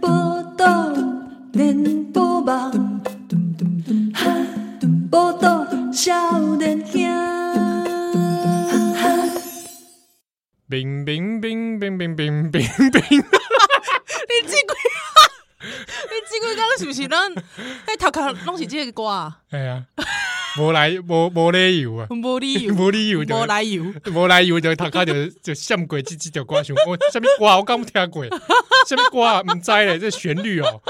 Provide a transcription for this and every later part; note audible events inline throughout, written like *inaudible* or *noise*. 报道连波网，报道少年兄。冰冰冰冰冰 *laughs* 冰冰冰，你即几啊？你即几工是毋是咱？哎迄头壳拢是即个歌啊，哎呀，无来无无理由啊，无理由，无理由就无来由。无来由就头壳就 *laughs* 就闪过即即条歌，想我 *laughs* 什么歌我刚听过， *laughs* 什么歌啊？唔知咧，这旋律哦，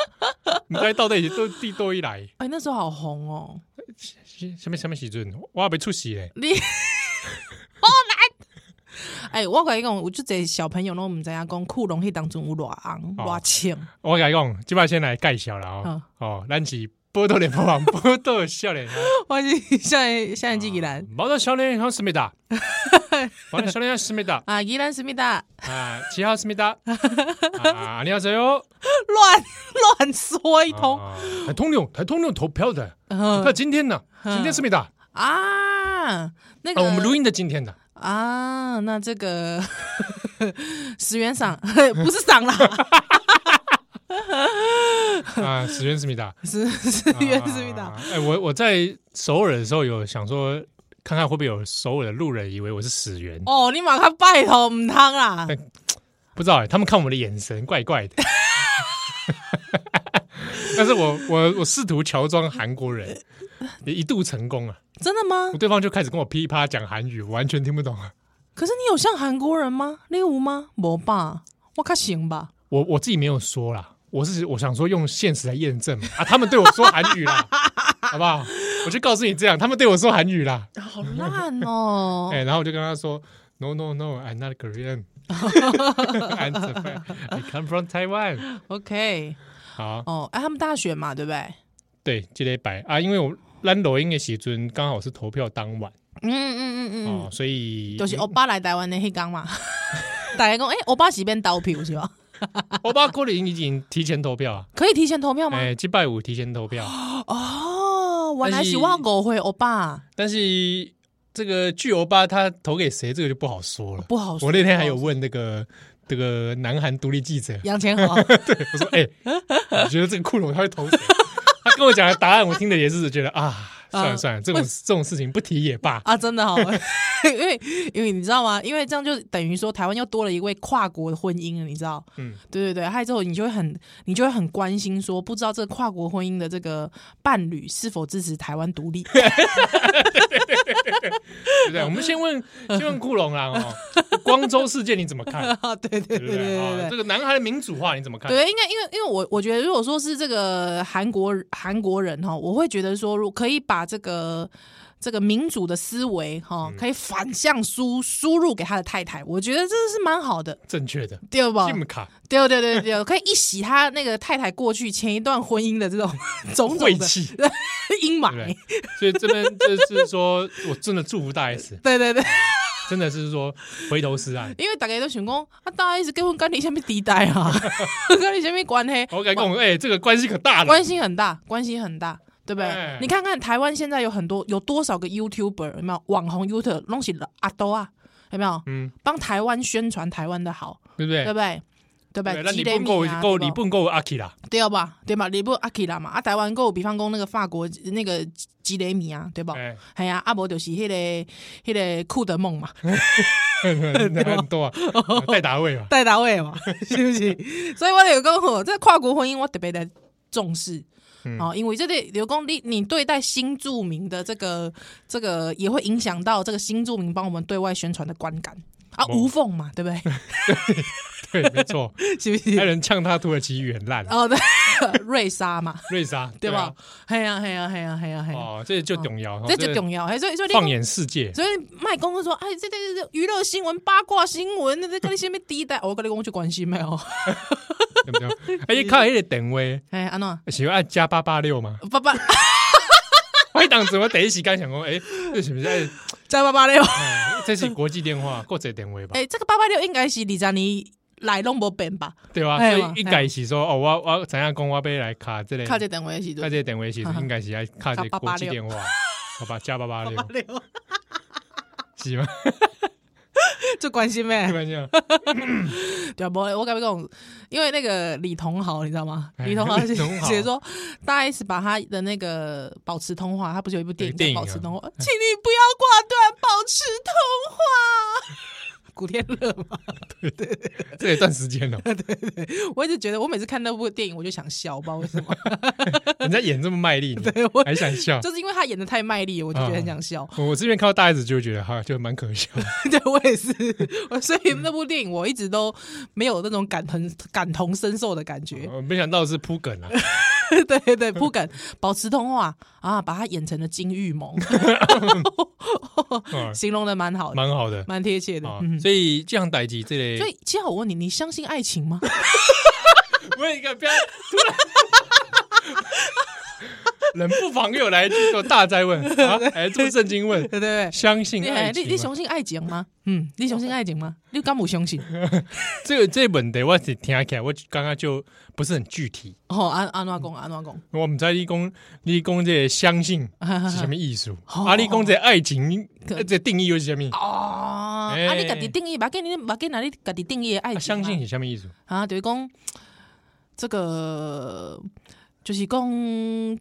唔知到底是都地多一来，哎，那时候好红哦。是什么什么时阵？我还没出世咧， *laughs* 你 *laughs* 好难。哎，我甲你讲，有即个小朋友拢毋知影讲，库龙迄当中有偌红哦偌浅，我甲你讲，即摆先来介绍啦哦，哦，咱是波多连播网， *laughs* 波多少年啊，我是现在现在即个人波多少年好思密 *laughs* 达，波多少年好思密达。啊，依然思密达啊，七号思密达，啊，你好，谁哦？乱 *laughs* 乱说一通啊，还通用，还通用投票的，投嗯票今天呢，今天思密达，啊，啊，那个哦我们录音的今天的，啊，那这个 *laughs* 十元赏 *laughs* 不是赏啦，啊，十元思密达， *laughs* 十十元思密达啊。哎，我我在首尔的时候有想说，看看会不会有首尔的路人以为我是死元，哦，你马上拜托唔通啦哎，不知道哎，他们看我的眼神怪怪的。但是我我我试图乔装韩国人，也一度成功了，真的吗？对方就开始跟我噼啪讲韩语，我完全听不懂啊。可是你有像韩国人吗？你有吗？无吧，我较行吧。我我自己没有说啦，我是我想说用现实来验证嘛啊，他们对我说韩语啦，好不好？我就告诉你这样，他们对我说韩语啦，好烂哦 *laughs* 哎、！然后我就跟他说，No No No，I'm not Korean，I'm I come from Taiwan。哎 OK，好，哦，哎、他们大学嘛，对不对？对，这礼拜啊，因为我咱录音的时阵刚好是投票当晚嗯嗯嗯嗯哦，所以嗯，就是欧巴来台湾的迄天嘛。 *laughs* 大家讲，哎、欧巴是变投票是吧？欧巴可能已经提前投票啊，可以提前投票哦吗？哎，这拜五提前投票，哦，原来但是是我误会欧巴，但是这个巨欧巴他投给谁，这个就不好说了。不好说。我那天还有不好说问那个这个南韩独立记者，杨千豪。我说：“哎、 *laughs* 你觉得这个库龙他会投谁？”他跟我讲的答案，我听的也是觉得啊，算了啊算了，这种这种事情不提也 *laughs* 罢。啊，真的好，因为因为你知道吗？因为这样就等于说台湾又多了一位跨国的婚姻了，你知道？嗯，对对对，还有之后你就会很你就会很关心说，不知道这个跨国婚姻的这个伴侣是否支持台湾独 *laughs* 立？对嗯不对？我们先问先问库龙啦 *laughs* 哦，光州事件你怎么看？啊，对对对对对不对对对啊？对这个南韩的民主化你怎么看？对，应该因为因为我我觉得，如果说是这个韩国韩国人哈，我会觉得说，如可以把这个这个民主的思维哈，可以反向输输入给他的太太，我觉得这是蛮好的，正确的。对吧？ Jim 卡对对对对，可以一洗他那个太太过去前一段婚姻的这种 *laughs* 种晦种的气，对阴霾。所以这边就是说，我真的祝福大 S，对对对，真的是说回头是岸。因为大家都想讲，啊，大 S 结婚跟你什么敌代啊， *laughs* 跟你什么关系？我敢跟我哎，这个关系可大了关，系很大，关系很大，对不对？哎你看看台湾现在有很多有多少个 YouTuber 有没有网红 YouTuber 弄起了阿兜啊，有没有？嗯，帮台湾宣传台湾的好，对不对对？不对？对不对，对？那积你累不够米啊够，对你不不够阿 k 啦，对吧？对吧？你不阿基拉嘛？啊，台湾够，比方讲那个法国那个吉雷米啊，对吧？ *laughs* *laughs* 哎，系啊，阿伯就是迄、个迄、个酷 *laughs* 的梦嘛，很 *laughs* 多啊，戴达位嘛，戴达伟嘛，是不是？所以我有讲吼，这跨国婚姻我特别的重视。嗯哦，因为这对刘公，你你对待新住民的这个这个，也会影响到这个新住民帮我们对外宣传的观感啊，哦无缝嘛，对不 *laughs* 对？对，没 *laughs* 错，是不还有是？人呛他土耳其语很烂，哦，对，瑞莎嘛，瑞莎 *laughs* 对吧啊？？嘿呀，嘿呀，嘿呀，嘿呀，嘿呀，啊哦，这就重要，这就重要。嘿所以所以你放讲眼世 *laughs* 界，所以卖公司说：“哎，这这这娱乐新闻、八卦新闻，那这跟你什么 *laughs* 地带？哦我跟你讲，我去关心哦没有？对不对？哎，一看那个等位，哎，安诺，喜欢按加八八六 *laughs* 吗？爸爸我当时我第一时间想说，哎，这是不是哎？加八 *laughs* 八六，哎这是国际电 *laughs* 话，国际电话吧？哎，这个八八六应该是李佳妮来弄不 *laughs* 变吧？对吧？哎所嘛以应该是说，哦，我我怎样讲，我要来卡这类，靠卡这等位是嗯这个电话，其实应该是要卡这个国际电话。好吧，加八八六，六， *laughs* 是吗？这关心 *laughs* 呗开。玩笑，对啊，不，我感觉讲，因为那个李同豪，你知道吗？哎李同豪 *laughs* 李写同豪写说，大 S 把他的那个保持通话，他不是有一部电影叫对电《影啊保持通话》， *laughs* 请你不要挂断，保持通话。 *laughs* 古天乐嘛，这也段时间 *laughs* 了，我一直觉得，我每次看那部电影，我就想笑，不知道 *laughs* 为什么，人家演这么卖力，你对我还想笑？就是因为他演的太卖力了，我就觉得很想笑。我我这边看到大 S 就觉得哈，就蛮 *laughs* 可笑的。对我也是， *laughs* 我所以那部电影我一直都没有那种感同感同身受的感觉。我没想到是铺梗 *laughs* 啊，对对，不敢保持通话啊，把它演成了金玉盟， *laughs* 嗯形容的蛮好的，蛮好的蛮贴切的。啊嗯。所以这样代际这类，*laughs* 所以，七号，我问你，你相信爱情吗？我有一个标，突然冷不防又来一句说大灾 *laughs* 问啊，哎，这么震惊问，对对相对，信你爱哎你你情吗？相信爱情吗？嗯，你相信爱情吗？你敢不相 *laughs* 信？这个这本的我是听起来，我刚刚就不是很具体。哦，安安怎讲安怎讲， *laughs* 我们在立功立功这个相信 *laughs* 是什么艺术？哦啊，立功这个爱情可呃这定义又是什么？哦，啊，哎你家己定义，把给你把给哪里家己定义的爱啊情嘛？相信是什么艺术？啊，就是讲这个，就是讲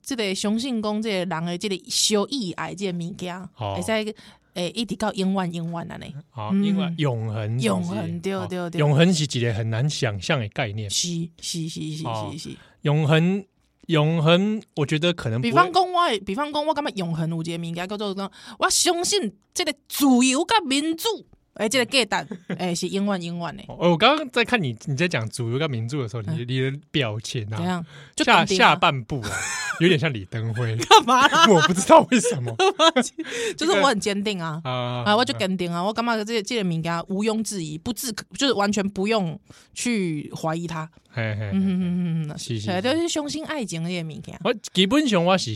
这个相信讲这个人的这个小意爱这个物件，哦会使诶一直到永远永远安尼，好，嗯因为哦永恒是不是，永恒对哦对对永恒是一个很难想象的概念。是是是是哦是是。永恒，永恒，我觉得可能不比会方讲我的，比方讲我感觉永恒有一个物件叫做讲，我相信这个自由甲民主，诶，这个价值， *laughs* 诶，是永远永远的。哦，我刚刚在看你你在讲主流跟民著的时候，你你的表情嗯怎啊，样？就下肯定啊下半 *laughs* 部啊，有点像李登辉， *laughs* 干嘛啦？我不知道为什么 *laughs* 就是我很坚定啊。啊啊，我就肯定啊，我感觉这个这个物件毋庸置疑，不自可，就是完全不用去怀疑它。嘿嘿，嘿嗯嗯嗯嗯，是是对是就是相信爱情的这个物件，我基本上我是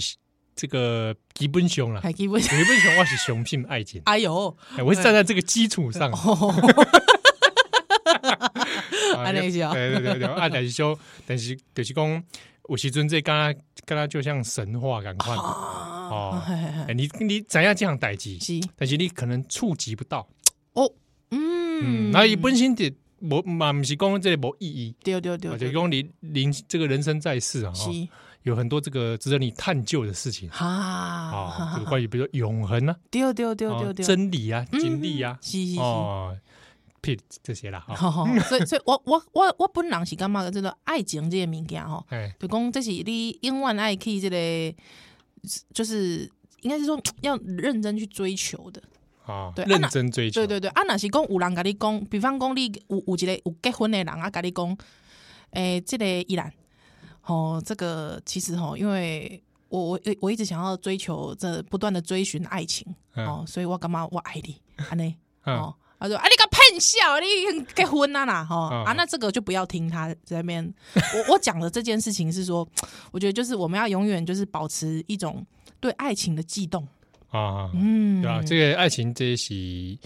这个基本上啦，还基本上，，基本上我是雄性爱情 *laughs* 哎 *laughs* 呦，哎我是站在这个基础上，哦 *laughs* 啊安尼是哦对对对对，啊，但是 *laughs* 说，但是就是讲，有时阵这刚刚刚刚就像神话感款，啊哦，嘿嘿嘿哎，你你怎样这样代志，是但是你可能触及不到，哦，嗯，嗯，那伊本身的无嘛，不是讲这个无意义，对对对啊，就对是，讲你人这个人生在世啊，哦是有很多这个值得你探究的事情啊，哈这个，关于比如说永恒啊，对对对哦对对，真理啊，嗯经历啊，是是是。哦，屁这些啦，哦哈，好好， *laughs* 所以所以我我我我本人是感觉这个爱情这个物件吼，哎，就讲这是你永远爱去这个，就是应该是说要认真去追求的。啊，对啊认那真追求，对对对，啊，若是讲有人甲你讲，比方讲你有有一个有结婚的人啊，甲你讲，诶、这个依然，吼、这个其实吼、因为我我我一直想要追求这不断的追寻爱情，嗯哦，所以我感觉我爱你，安尼，嗯哦。他说：“啊，你个骗笑，你结婚啊啦，吼、嗯啊，那这个就不要听他在那边。我 *laughs* 我讲的这件事情是说，我觉得就是我们要永远就是保持一种对爱情的悸动，啊，嗯，对吧？这个爱情这些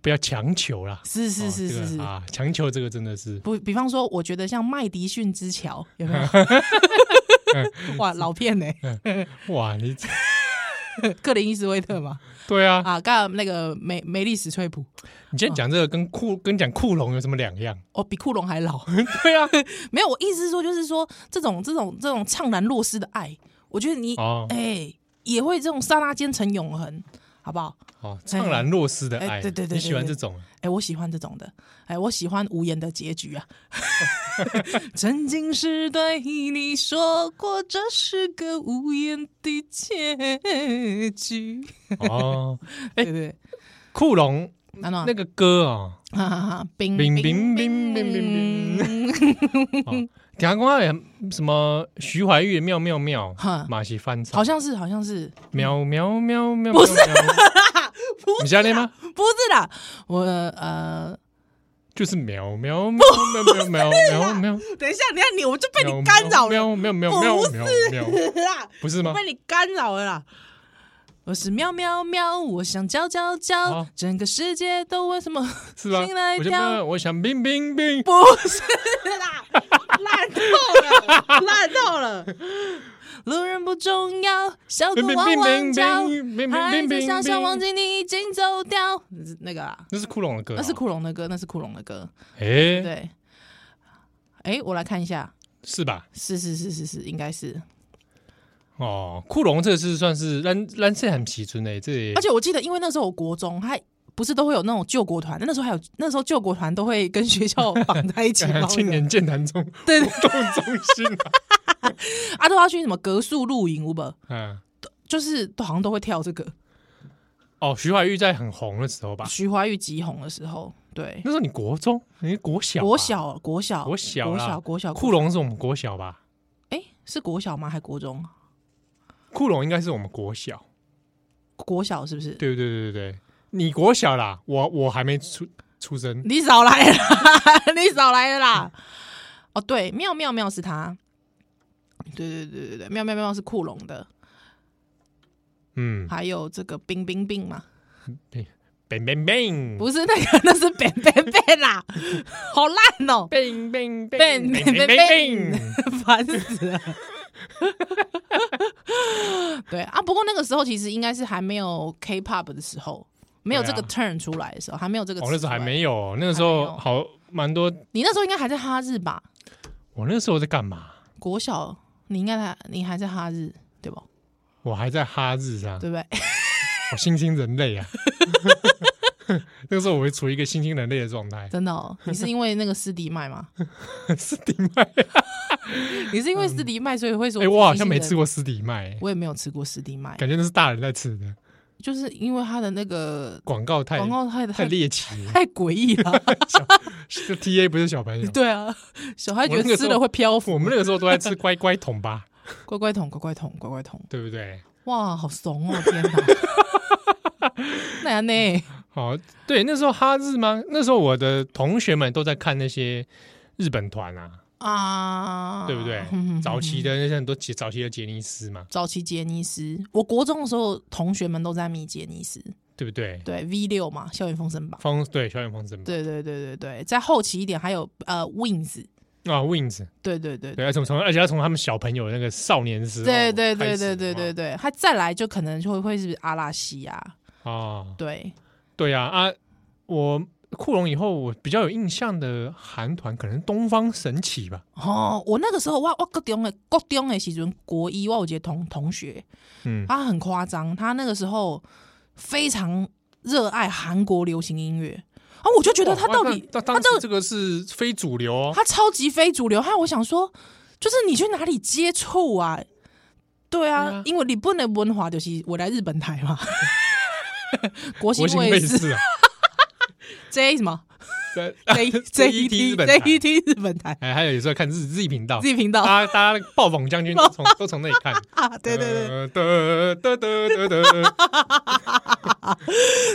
不要强求啦，是哦是是这是个是，啊，强求这个真的是不，比方说，我觉得像麦迪逊之桥有 *laughs* 没有？ *laughs* 哇，老片呢、嗯哇，你这 *laughs* 克林伊斯威特嘛，对啊，啊，刚那个梅梅丽史翠普，你今天讲这个跟库跟讲库龙有什么两样？哦，比库龙还老。 *laughs* 对啊，没有，我意思是说，就是说这种这种这种怅然若失的爱，我觉得你哎、哦也会这种刹那间成永恒，好不好？哦，怅然若失的爱，哎对对对对你喜欢这种？啊哎、我喜欢这种的，哎、我喜欢无言的结局 *laughs* 啊。曾经是对你说过，这是个无言的结局，哦，对不对？库龙哎那那那个歌哦，哈哈哈，冰冰冰冰冰冰冰冰冰冰冰，听讲也什么徐怀钰的妙妙妙哈，马戏翻唱，好像是，好像是，喵喵喵喵，不是喵，喵不你家那吗？不是啦，我呃，就是喵喵喵喵喵喵喵喵，等一下，等一下，你我就被喵你干扰了喵啊喵喵喵不喵喵， *laughs* 啦，不是吗？被你干扰了啦。我是喵喵喵，我想叫叫叫啊，整个世界都为什么？是吧心来？我就跳，喵我想冰冰冰 *laughs* 不是啦，烂透了，烂透了。路人不重要，小狗冰冰汪汪冰叫，冰冰还冰在冰想象忘冰，记你已经走掉，那个啊，那是库龙的歌，那是。库龙的歌，那是库龙的歌，哎，对。哎，我来看一下，是吧？是是是是是，应该是，哦，库龙这是算是咱咱这很奇村诶，这而且我记得，因为那时候我国中还。不是都会有那种救国团，那时候还有那时候救国团都会跟 *laughs* 学校绑在一起嘛，青年健谈中对对活动中心啊，啊都要去什么格数露营，有不？嗯，就是都好像都会跳这个。哦，徐怀钰在很红的时候吧，徐怀钰极红的时候，对，那时候你国中，你国小吧，啊国小国小国小国啦小国小库，龙是我们国小吧？哎，是国小吗？还国中？库龙应该是我们国小，国小是不是？对对对对对，你国小啦，我我还没出出生，你少来了啦， *laughs* 你少来了啦。哦，对，妙妙妙是他，对对对对对，妙妙妙是库龙的，嗯，还有这个冰冰冰嘛， bang bang bang，不是那个，那 *laughs* 是扁扁扁啦，好烂哦、 bang bang bang bang bang bang bang，烦死了。对啊，不过那个时候其实应该是还没有 K-pop 的时候，没有这个 turn 出来的时候，还没有这个。啊哦，那时候还。没有，那个时候还好蛮多，你那时候应该还在哈日吧？我那时候在干嘛？国小你应该还你还在哈日对吧？我还在哈日上，对不对？ *laughs* 我新兴人类啊， *laughs* 那个时候我会处于一个新兴人类的状态，真的、哦，你是因为那个斯迪麦吗？ *laughs* 斯迪麦，你是因为斯迪麦所以会说？哎，我好像没吃过，过斯迪麦，我也没有吃过斯迪麦，感觉那是大人在吃的，就是因为它的那个广告太广告太太太猎奇 *laughs* 了，太诡异了。这 T A 不是小朋友，对啊，小孩觉我那个得时候吃了会漂浮。我们那个时候都在吃乖乖桶吧， *laughs* 乖乖桶，乖乖桶，乖乖桶。对不对？哇，好怂哦！天哪，那样呢？好，对，那时候哈日吗？那时候我的同学们都在看那些日本团啊，啊，对不对哼哼哼？早期的那些很多杰早期的杰尼斯嘛，早期杰尼斯，我国中的时候，同学们都在迷杰尼斯，对不对？对 V 六嘛，校园封神榜，方对小远方正对对对对对，在后期一点还有呃 Wings，啊，Wings 对对对对对，而且从而且要从他们小朋友那个少年时候对对开对始对对对对，他再来就可能就会会是阿拉西啊，哇哦，对，对啊啊，我库龙以后我比较有印象的韩团可能东方神起吧，哦，我那个时候我我高中的高中的时阵国一，我有一个同同学，嗯他很夸张，他那个时候非常热爱韩国流行音乐啊，我就觉得他哇到那底哦那当时这个是非主流哦，他超级非主流，还有我想说，就是你去哪里接触啊？对对啊啊，因为日本的文化就是我来日本 *laughs* 台嘛，国新国行卫卫视 *laughs* 视啊， J *laughs* 什么在 J J E JET T 日本台 J E T 日本台哎，还有有时候看日日频道自，己频道大家大家暴风将军都从都从那里看，啊， *laughs* 对对对，对得得得得得，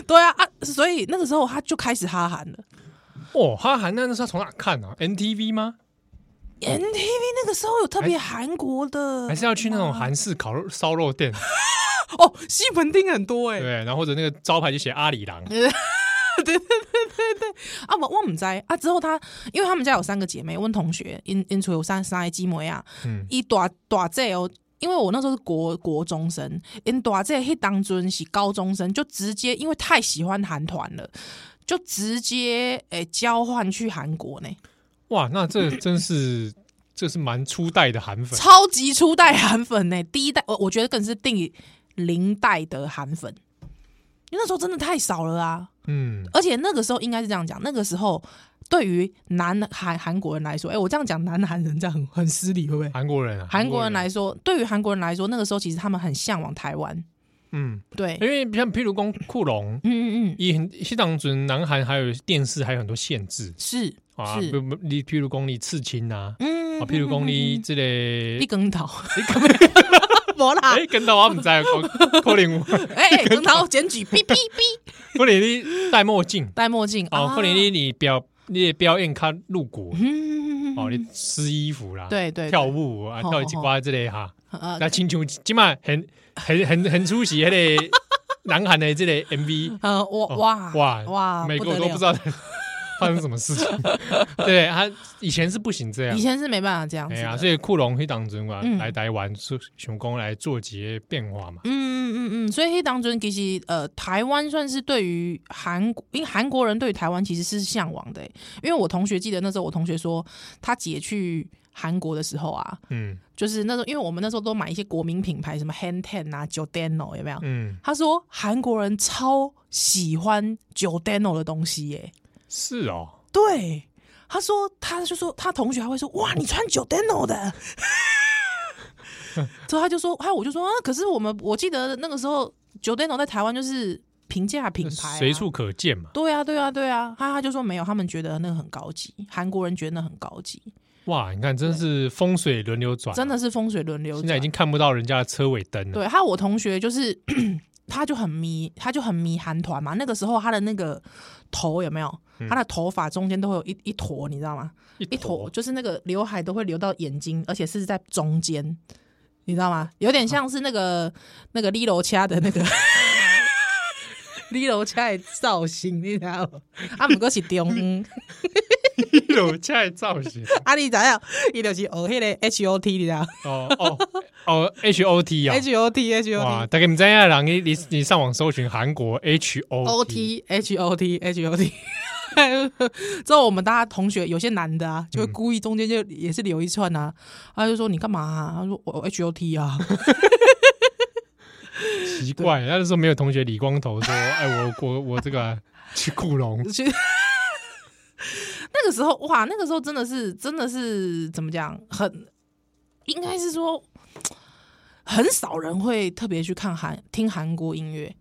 对啊啊！所以那个时候他就开始哈韩了。哦，哈韩那那是他从哪看啊？NTV 吗？ NTV 那个时候有特别韩国的，还是要去那种韩式烤肉烧肉店，哦，西门町很多哎、对，然后或者那个招牌就写阿里郎，啊，我我唔知啊。之后他，因为他们家有三个姐妹，问同学，因因出有三三个姊妹啊，嗯伊大大姐哦。因为我那时候是国国中生，因大姐迄当阵是高中生，就直接因为太喜欢韩团了，就直接诶、交换去韩国呢，哇，那 *laughs* 这真是这是蛮初代的韩粉，超级初代韩粉呢，第一代我我觉得更是第零代的韩粉，因为那时候真的太少了啊。嗯，而且那个时候应该是这样讲，那个时候对于南韩韩国人来说，哎、我这样讲南韩人这样很很失礼，会不会？韩国人啊，韩国人来说，对于韩国人来说，那个时候其实他们很向往台湾，嗯，对，因为像譬如讲库龙，嗯嗯嗯，以西当准南韩还有电视还有很多限制是啊，是不不，你譬如讲你刺青啊，嗯，啊，譬如讲你嗯嗯这嗯类你。更头，你更没啦，哎，跟到我唔知， *laughs* 可可能有哎、欸，更头检举，哔哔哔，可能你戴墨镜，戴墨镜哦，啊可能你你表你的表演较露骨，嗯，哦，你湿衣服啦，对哦对对跳舞啊，吼跳一寡之类哈，呃那亲像即嘛很很 *laughs* 很很出席迄个南韩的这个 MV，呃，我哦哇哇哇，美不国得都了不知道。发生什么 *laughs* 事情？对他以前是不行这样以，前是没办法这样子哎的。呀，所以库龙黑党军啊嗯来台湾，是想讲来做一些变化嘛。嗯嗯嗯嗯，所以黑当尊其实呃，台湾算是对于韩国，因为韩国人对于台湾其实是向往的欸、因为我同学记得那时候我同学说，他姐去韩国的时候啊，嗯就是那时候因为我们那时候都买一些国民品牌，什么 Han Ten 啊、Giordano 有没有？嗯，他说韩国人超喜欢 Giordano 的东西耶、是哦，对，他说，他就说，他同学还会说，哇，你穿 Giordano 的。 *laughs* 之后他就说，还有我就说啊，可是我们我记得那个时候 Giordano 在台湾就是平价品牌、啊，随处可见嘛。对啊，对啊，对啊。他他就说没有，他们觉得那个很高级，韩国人觉得那很高级，哇，你看，真是风水轮流转，啊真的是风水轮流转。现在已经看不到人家的车尾灯了。对，还有我同学就是 *clears throat* 他就很迷，他就很迷韩团嘛。那个时候他的那个头有没有？嗯他的头发中间都会有一一坨，你知道吗？一一坨坨就是那个刘海都会流到眼睛，而且是在中间，你知道吗？有点像是那个、那个李楼掐的那 *laughs* 个李楼掐的造型，你知道吗？啊，不过是 *laughs* 中，一楼菜造型。啊，你知道，伊就是学迄个 H O T，你知道哦哦哦，H O T 啊， ？H O T H 哇， O 大概你知影人，你你你上网搜寻韩国 H T O O T H O T H O T。之后我们大家同学有些男的啊，就会故意中间就也是留一串啊，他就说你干嘛、啊？他说我 H O T 啊。奇怪，那时候没有同学理光头说， *laughs* 哎，我我我这个去库 *laughs* 龙，去那个时候哇，那个时候真的是真的是怎么讲，很应该是说很少人会特别去看韩听韩国音乐，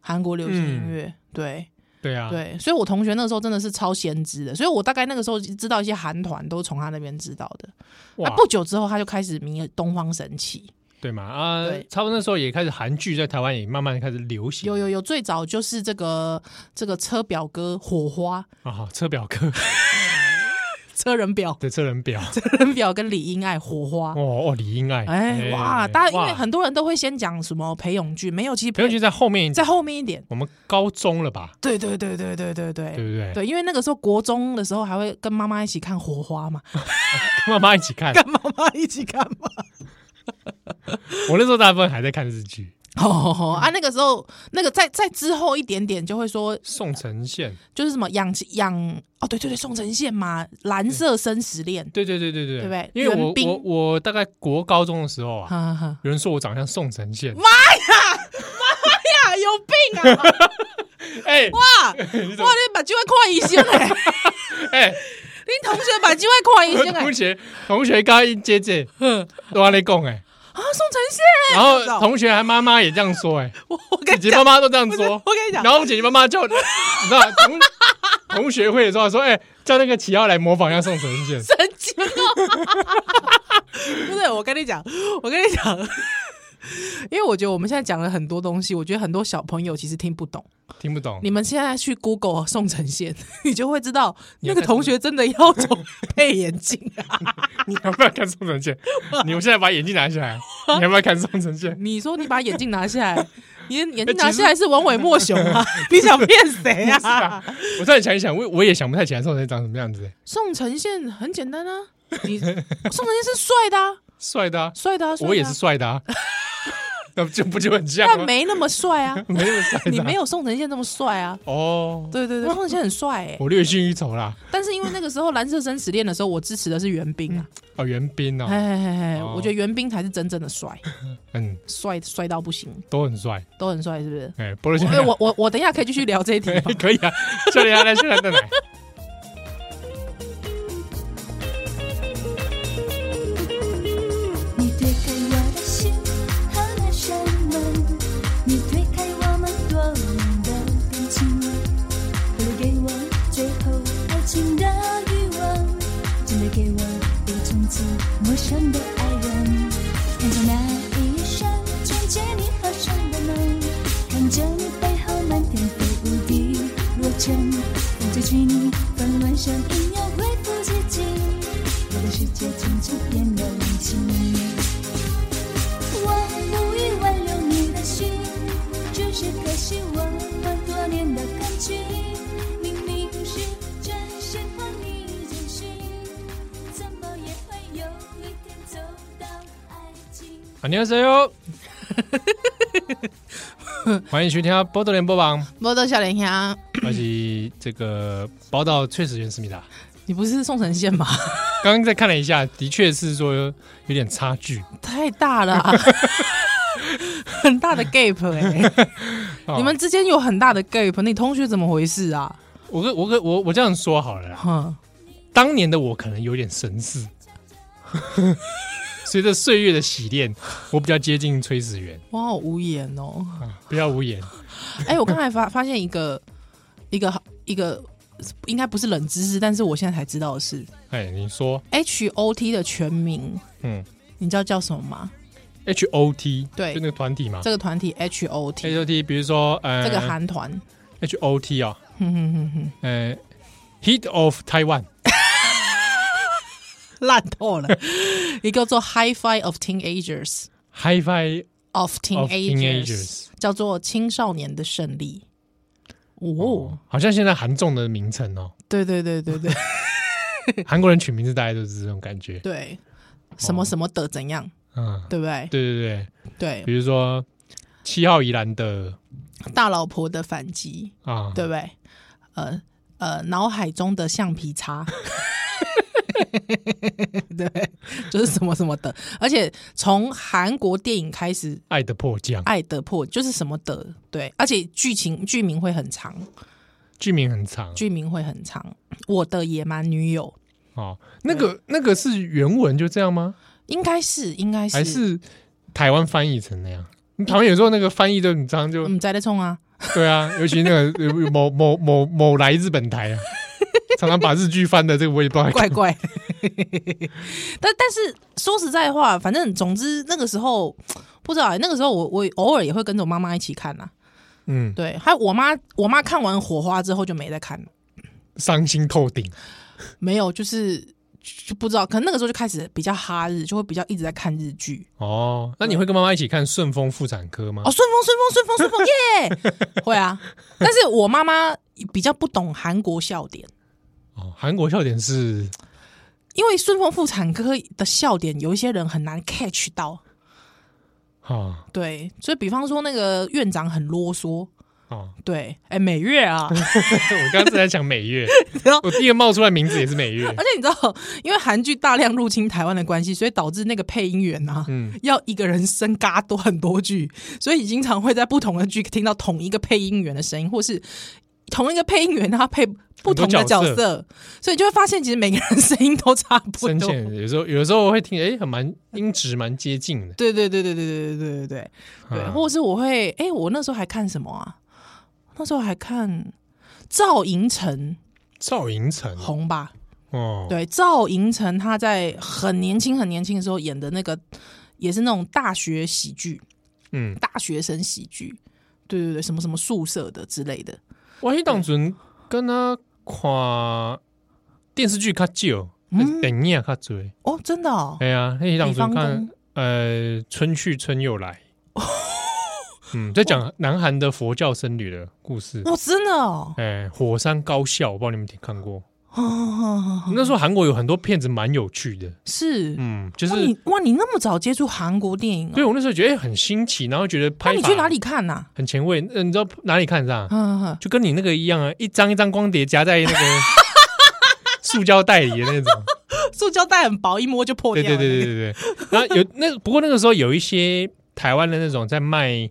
韩国流行音乐，对对啊，对，所以我同学那个时候真的是超先知的，所以我大概那个时候知道一些韩团都是从他那边知道的。那、哇，啊不久之后他就开始迷东方神起，对嘛啊对，差不多那时候也开始韩剧在台湾也慢慢开始流行，有有有，最早就是这个这个车表哥火花啊，车表哥 *laughs* 车人表 *laughs* 的车人表，车人表跟李英爱火花。哦哦，李英爱，哎哇，大家因为哇很多人都会先讲什么裴勇俊，没有，其实裴勇俊在后面，在后面一点。我们高中了吧，对对对对对对对对不对？对，因为那个时候国中的时候还会跟妈妈一起看火花嘛，跟妈妈一起看，跟妈妈一起看嘛。 *laughs* 我那时候大部分还在看日剧，哦啊，那个时候那个在在之后一点点就会说，宋承宪，就是什么养养哦，对对对，宋承宪嘛，蓝色生死恋，对对对对对，对不对因为我袁冰我我大概国高中的时候啊，哈哈哈，有人说我长相宋承宪，哎呀，有 *laughs* 病啊！哎哇哇，你把酒看医生嘞， *laughs* 你哎，同学把酒看医生欸 *laughs* 同嘞，学同学刚一姐姐哼都安尼讲 *laughs* 哎，啊，宋承宪，然我操后同学还妈妈也这样说哎，我 *laughs* 我跟你姐姐讲妈，妈都这样说，我跟你讲然后姐姐妈妈叫，你知道同 *laughs* 同学会的时候说，哎，叫那个齐奥来模仿一下宋承 *laughs* 宪，神经哦！ *laughs* 不是，我跟你讲，我跟你讲， *laughs* 因为我觉得我们现在讲了很多东西，我觉得很多小朋友其实听不懂。听不懂你，们现在去 Google 宋承宪， *laughs* 你就会知道你那要个看同学真的要从配眼镜啊！你要不要看宋承宪？你们现在把眼镜拿下 *laughs* 来，你要不要看宋承宪？ *laughs* 你说你把眼镜拿下来， *laughs* 你的眼哎镜拿其实下来是王伟莫雄啊？ *laughs* 你想骗谁是啊啊？， *laughs* 我突然想一想，我我也想不太起来宋承宪长什么样子、欸，宋承宪很简单啊，你宋承宪是帅的啊，帅的、啊，帅的啊，帅的啊我也是，帅的、啊， *laughs* 那不就不就很像但吗？没那么帅啊， *laughs* 没那么帅的啊、你没有宋承宪那么帅啊。哦，对对对，宋承宪很帅哎、我略逊一筹啦。但是因为那个时候蓝色生死恋的时候，我支持的是袁冰啊，哦，袁彬哎哦，哎哎，嘿哦我觉得袁冰才是真正的帅，嗯，帅帅到不行，都很帅。都很帅，是不是？ *laughs* 哎、菠萝先哎，我我我等一下可以继续聊这一题吗 *laughs* 可以啊，笑脸来，笑脸再 *laughs* 来。你推开我的心，好了，山门，你推开我们多年的感情，留给我最后爱情的欲望，真的给我被从此陌生的爱人。看着那一扇纯洁你合上的门，看着你背后漫天飞舞的落尘，看着距离纷乱声音又恢复寂静，我的世界从此变得冷清。我无意挽留你的心，只是可惜我们多年的感情，明明是真心。 안녕하세요，欢迎收听《波多连播榜》，摸到笑脸香，我是这个宝岛崔始源思密达。你不是宋承宪吧？刚刚再看了一下，的确是说有点差距。太大了啊、很大的 gap 哎、哦你们之间有很大的 gap，你同学怎么回事啊？我跟我跟我我这样说好了啦，哼，当年的我可能有点神似， *laughs* 随着岁月的洗练，我比较接近崔始源我好无言哦。啊，不要无言。哎、我刚才发发现一个一个一个，应该不是冷知识，但是我现在才知道的是哎，你说， H O T 的全名，嗯你知道叫什么吗？ ，H O T，对就那个团体嘛这个团体 H O ，H T， O T，比如说，呃，这个韩团， H O T *laughs* 啊，哼哼哼哼，呃，Hit of Taiwan，烂透了，一个叫做 Hi-Fi of Teenagers。 Hi-Fi of of teenagers， Teenagers，叫做《青少年的胜利》。哦，好像现在韩综的名称哦，对对对对对韩国人取名字大概都是这种感觉， *laughs* 对，什么什么的怎样，嗯，对不对？对对哦对，对，比如说七号宜兰的大老婆的反击，啊，对不对？呃呃，脑海中的橡皮擦。 *laughs* 对，就是什么什么的，而且从韩国电影开始，《爱的迫降，爱的迫》就是什么的，对，而且剧情剧名会很长，剧名很长剧名会很长，《我的野蛮女友》哦，那个那个是原文就这样吗？应该是应该是嗯还是台湾翻译成那样？你台湾有时候那个翻译的，你常常就嗯，在在冲啊，对啊，尤其那个 *laughs* 有有某某某某来日本台啊，常常把日剧翻的这个我也不知道在干嘛怪怪。但但是说实在话，反正总之那个时候不知道、欸，那个时候我我偶尔也会跟着我妈妈一起看啊啦、嗯，对，还有我妈，我妈看完《火花》之后就没再看了，伤心透顶。没有，就是就就不知道，可能那个时候就开始比较哈日，就会比较一直在看日剧。哦，那你会跟妈妈一起看《顺丰妇产科》吗嗯哦，？顺风，顺风，顺风，顺风，耶！ *laughs* 会啊，但是我妈妈比较不懂韩国笑点。哦，韩国笑点是因为顺丰妇产科的笑点，有一些人很难 catch 到，哦对，所以比方说那个院长很啰嗦，哦，对，哎，每月啊，我刚刚正在讲美 *laughs* 月然后，我第一个冒出来名字也是美 *laughs* 月。而且你知道，因为韩剧大量入侵台湾的关系，所以导致那个配音员啊，嗯，要一个人生嘎多很多剧，所以经常会在不同的剧听到同一个配音员的声音，或是同一个配音员他配不同的很多角角色色，所以你就会发现其实每个人声音都差不深多。浅有时候有时候我会听，哎，还蛮音质蛮接近的。对对对对对对对对对对。对，嗯或者是我会，哎、我那时候还看什么啊？那时候还看赵寅成赵寅成红吧？哦，对，赵寅成他在很年轻很年轻的时候演的那个，也是那种大学喜剧、嗯，大学生喜剧，对对对，什么什么宿舍的之类的。我迄当阵跟他看电视剧较少，嗯电影也较多。哦，真的哦，哎呀，迄当比方阵看跟呃《春去春又 *laughs* 来》，嗯，在讲南韩的佛教僧侣的故事。哦，真的哦，哎，火山高校，我不知道你们有没有看过。哦 *laughs* 那时候韩国有很多片子蛮有趣的，是。嗯，就哇是你哇，你那么早接触韩国电影、哦？对我那时候觉得哎很新奇，然后觉得那拍你去法哪里看呐、很前卫。呃你知道哪里看上啊？？嗯嗯 *laughs* 就跟你那个一样啊，一张一张光碟夹在那个 *laughs* 塑胶袋里的那种。嗯塑胶袋很薄，一摸就破对掉对对了。对对对。然后有那个不过那个时候有一些台湾的那种在卖，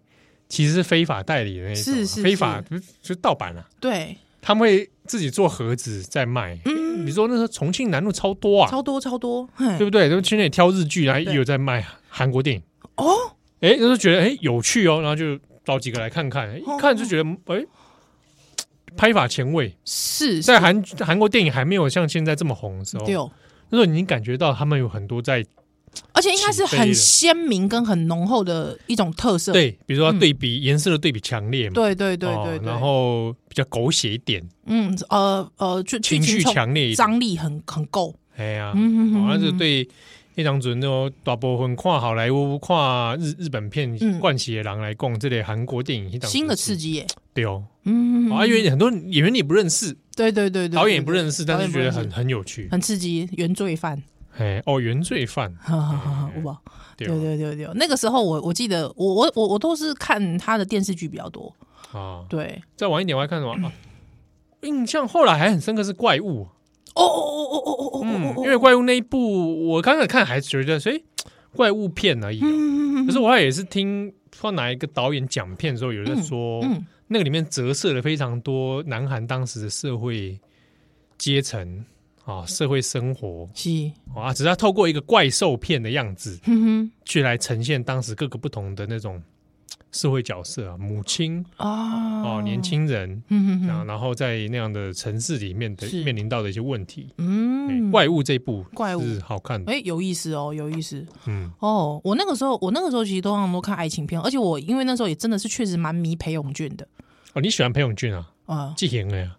其实是非法代理的那种啊，是是非法就盗版啊，对，他们会自己做盒子在卖。嗯，你说那时候重庆南路超多啊，超多超多，嘿对不对？就去那里挑日剧，然后对也有在卖韩国电影。哦，哎，那时候觉得哎有趣哦，然后就找几个来看看，一哦看就觉得哎。拍法前卫，是哦在韩韩国电影还没有像现在这么红的时候，六，那时候你已经感觉到他们有很多在而且应该是起飞很了鲜明跟很浓厚的一种特色。对，比如说它对比、颜色的对比强烈嘛，对对对哦对对，然后比较狗血一点，嗯呃呃，剧剧情情绪冲强烈一点，张力很很够。哎呀、好嗯哼像、哼那哼就对那张准哦，大部分看好莱坞、看日日本片嗯《灌血狼》来供这类韩国电影，新的刺激激耶。对哦，嗯，啊，因为很多演员你也不认识，对对对对，导演也对不对认识，但导是演不觉得认识很很有趣。很刺激，原罪犯。哎，哦，原罪犯，哈哈哈哈，有无？嗯对哦啊对吧对对对，那个时候我我记得我我我我都是看他的电视剧比较多，啊，对，再晚一点我还看什么？啊印象后来还很深刻是怪物，啊哦哦哦哦哦哦嗯哦，因为怪物那一部我刚才看还觉得，哎，怪物片而已哦、嗯可是我后来也是听不知道哪一个导演讲片的时候，有人在说，嗯那个里面折射了非常多南韩当时的社会阶层啊、社会生活是，啊，只是他透过一个怪兽片的样子哼去来呈现当时各个不同的那种社会角色啊，母亲哼啊，哦、年，轻人。嗯哼然后，哼，然后在那样的城市里面的是面临到的一些问题，嗯哎，怪物这一部怪物是好看的，哎，有意思哦，有意思嗯，哦。我那个时候，我那个时候其实通常都看爱情片，而且我因为那时候也真的是确实蛮迷裴勇俊的，哦，你喜欢裴勇俊啊？啊纪贤哎，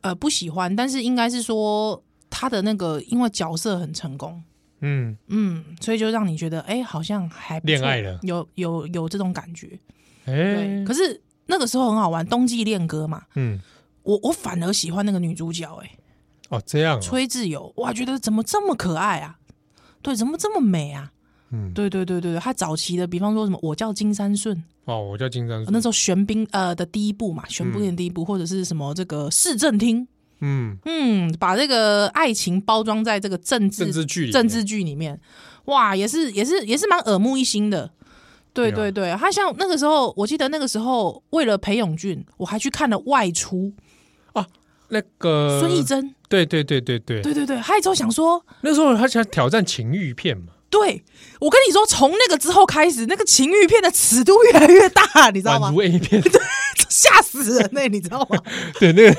呃，不喜欢，但是应该是说他的那个因为角色很成功，嗯，嗯，所以就让你觉得哎，好像还不错恋爱了有有有这种感觉。哎对，，可是那个时候很好玩，《冬季恋歌》嘛，嗯，我我反而喜欢那个女主角、哎，哦，这样、哦，崔智友，哇，觉得怎么这么可爱啊？对，怎么这么美啊？嗯，对对对对对，她早期的，比方说什么我叫金三顺，哦，我叫金山，那时候玄彬呃的第一部嘛，玄彬的第一部，或者是什么这个市政厅，嗯，嗯，把这个爱情包装在这个政治政治剧里面，政治剧里面，哇，也是也是也是蛮耳目一新的。对对啊对对，他像那个时候，我记得那个时候为了裴勇俊，我还去看了《外出那》，个孙艺，珍。对对对对呃对，对对对，他一直想说，那时候他想挑战情欲片嘛，对我跟你说，从那个之后开始，那个情欲片的尺度越来越大，你知道宛吗如？A *laughs* 片，吓死人呢、欸你知 *laughs* 道吗？对那个，因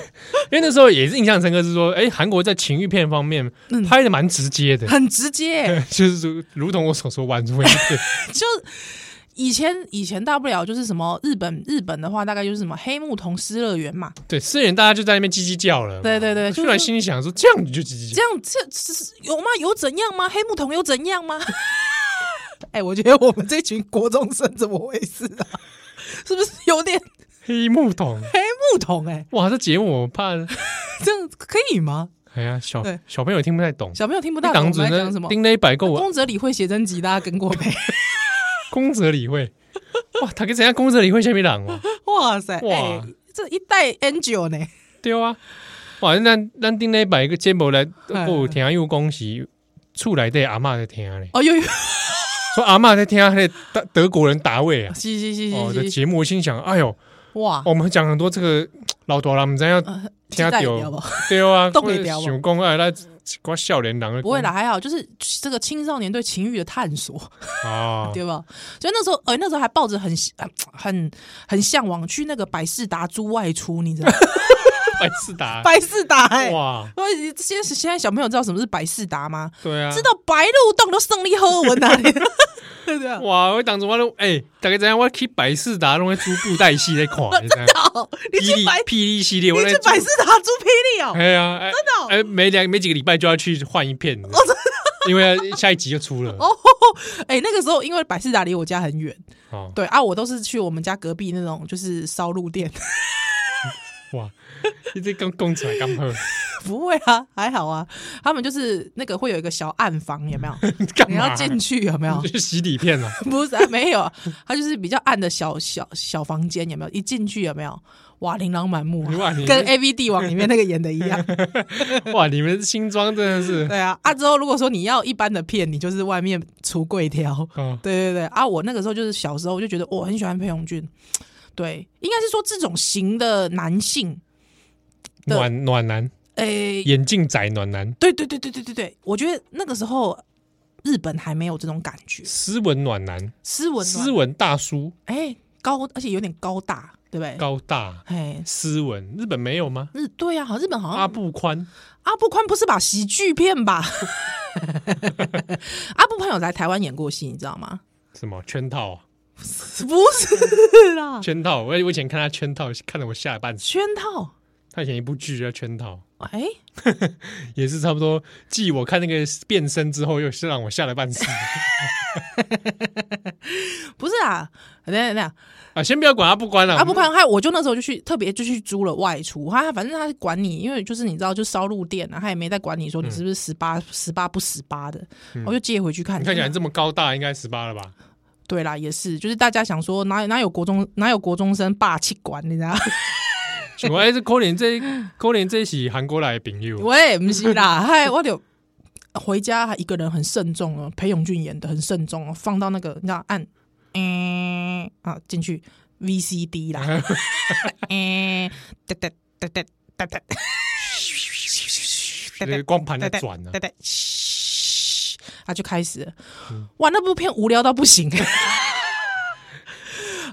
为那时候也是印象深刻，是说，哎，韩国在情欲片方面嗯拍的蛮直接 *laughs* 的，很直接、欸就是如如同我所说，宛如 A *laughs* 片，就以前以前大不了就是什么日本日本的话，大概就是什么黑木桐失乐园嘛，对，虽然大家就在那边叽叽叫了，对对对虽然就是心里想说这样你就叽叽这叫，样这这是有吗？有怎样吗？黑木桶有怎样吗？ *laughs* 哎、我觉得我们这群国中生怎么回事啊？ *laughs* 是不是有点黑木桶，黑木桶、哎，哇，这节目我怕，这样可以吗？哎呀，小对小朋友听不太懂。小朋友听不到一我档们哎子在呢讲什，么。丁磊百购，宫泽理惠写真集，大家跟过没？宫泽理 *laughs* 惠，哇，他跟怎样宫泽理惠下面人哦哇，哇塞，哇哎、这一代 angel 呢？对啊，哇，咱咱顶礼拜个节目来，嗯我有听又恭喜厝内底阿嬷在听咧，哦呦呦，说阿嬷在听那个德德国人达卫啊。嘻嘻嘻哦，嘻的嘻，节目我心想，哎呦，哇，我们讲很多这个老大人，不知道要呃听到期待一点吧对 *laughs* 啊，动不了吧想讲哎，那寡少年人不会啦，还好，就是这个青少年对情欲的探索。啊，对吧？所以那时候，呃，那时候还抱着很呃很很向往去那个百事达猪外出，你 *laughs* 知道吗？啊百事达，百事达、欸，哇，因为现在现在小朋友知道什么是百事达吗？对啊，知道白鹿洞都胜利喝文哪 *laughs* 里？对不啊对？哇，我当初我都哎，大家知影我去百事达拢会租布袋戏来看，你知道吗好， *laughs* 哦你霹去雳百霹雳系列，我你在去百事达猪霹雳哦， *laughs* 哎呀，真的哦哎，每两每几个礼拜就要去换一 *laughs* 片，哦，真的， *laughs* 因为下一集就出了。哦，哎、那个时候因为百事达离我家很远，哦，对啊，我都是去我们家隔壁那种就是烧鹿店， *laughs* 哇，你这刚供出来刚 *laughs* 喝，不会啊，还好啊，他们就是那个会有一个小暗房，有 *laughs* 没有？你干你嘛？要进去有没有？ *laughs* 去洗底片了。 *laughs* 不是、啊、没有，它就是比较暗的小小小房间，有没有？一进去有没有？哇，琳琅满目、哇啊你，跟 A V 帝王里面那个演的一样。 *laughs* 哇，你们新装真的是对啊，啊之后如果说你要一般的片，你就是外面橱柜挑。啊，对对对，啊，我那个时候就是小时候我就觉得我哦很喜欢裴勇俊，对，应该是说这种型的男性，对暖暖男，诶、眼镜仔暖男，对对对对对对对，我觉得那个时候日本还没有这种感觉，斯文暖男，斯文斯文，文大叔，哎、高，而且有点高大，对不对？高大，哎，斯文，日本没有吗？日对啊，好，日本好像阿布宽，阿布啊宽不是吧？喜剧片 *laughs* 吧？阿布宽有来台湾演过戏，你知道吗？什么圈套啊？不是啦，圈套，我我以前看他圈套，看得我吓得半死。圈套他以前一部剧叫圈套，哎、也是差不多。继我看那个变身之后，又是让我吓了半 *laughs* 死不是啊，等一下等一下，啊！先不要管他不关了，啊，不宽害，我就那时候就去特别就去租了外出，他反正他管你，因为就是你知道，就烧录店啊，他也没在管你嗯说你是不是十八十八不十八的，我就借回去看。你看起来这么高大，应该十八了吧？对啦，也是，就是大家想说哪哪有国中哪有国中生霸气管，你知道？请问哎，这可怜 *laughs* 这可怜这是韩国来的朋友，喂，不是啦， *laughs* 嗨，我就回家还一个人很慎重哦，裴勇俊演的很慎重哦，放到那个你知道按嗯啊进去 VCD 啦，嗯哒哒哒哒哒哒。那个光盘在转啊呢对。对，嘘，他就开始了，嗯哇，那部片无聊到不行。欸 *laughs*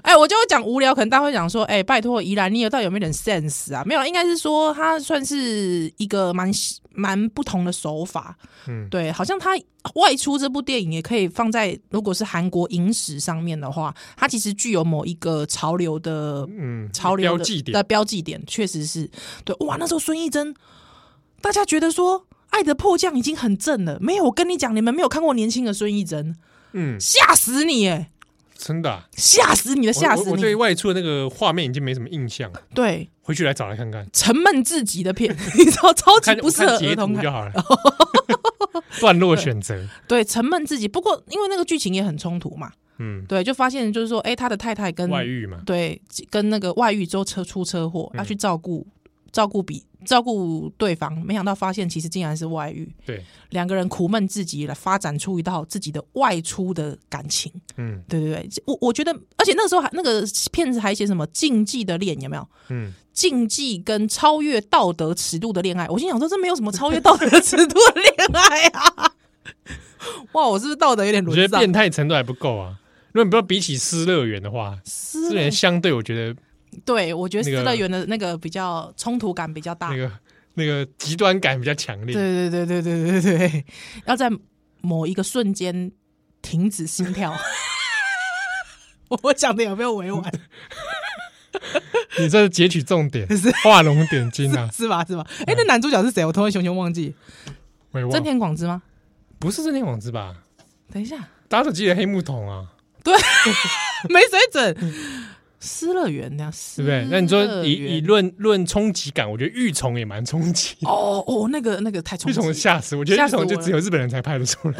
哎，我就讲无聊，可能大家会讲说，哎，拜托，宜兰你有到底有没有点 sense 啊？没有，应该是说他算是一个蛮蛮不同的手法，嗯对，好像他外出这部电影也可以放在如果是韩国影史上面的话，它其实具有某一个潮流的嗯，潮流的标记的点，标记点，确实是对哇。那时候孙艺珍，大家觉得说《爱的迫降》已经很正了，没有，我跟你讲，你们没有看过年轻的孙艺珍，嗯，吓死你哎，真的啊，吓死你的，我吓我死我你！对外出的那个画面已经没什么印象了，对，回去来找来看看，沉闷至极的片， *laughs* 你知道超级看不适我看合截儿童图啊看就，好了。 *laughs* 段落选择，对，沉闷至极。不过因为那个剧情也很冲突嘛，嗯，对，就发现就是说，哎，他的太太跟外遇嗯嘛，对，跟那个外遇之后车出车祸，要去照顾照顾比照顾对方，没想到发现其实竟然是外遇，对，两个人苦闷至极了，发展出一道自己的外出的感情。嗯对对对，我我觉得，而且那个时候还那个片子还写什么禁忌的恋，有没有？嗯，禁忌跟超越道德尺度的恋爱，我心想说这没有什么超越道德尺度的恋爱啊！ *laughs* 哇，我是不是道德有点我觉沦得丧？变态程度还不够啊。如果你不要比起失乐园的话，私失乐园相对我觉得对，我觉得那个私乐园的那个比较冲突感比较大。那个那个极端感比较强烈。啊对对对对对对对，要在某一个瞬间停止心跳。 *laughs* 我讲的有没有委婉？你这是截取重 *laughs* 点，画龙点睛 *laughs* 啊！是吧？是吧？哎、那男主角是谁？我突然熊熊忘记，我也忘真了田广之吗？不是真田广之啊吧？等一下，打手机的黑木桶啊， *laughs* 没水准。失乐园那样，对嗯对不对？那你说以以论论冲击感，我觉得玉虫也蛮冲击。哦哦，那个那个太冲玉击虫了，吓死，我觉得吓玉死我虫了就只有日本人才拍得出 *laughs* 来，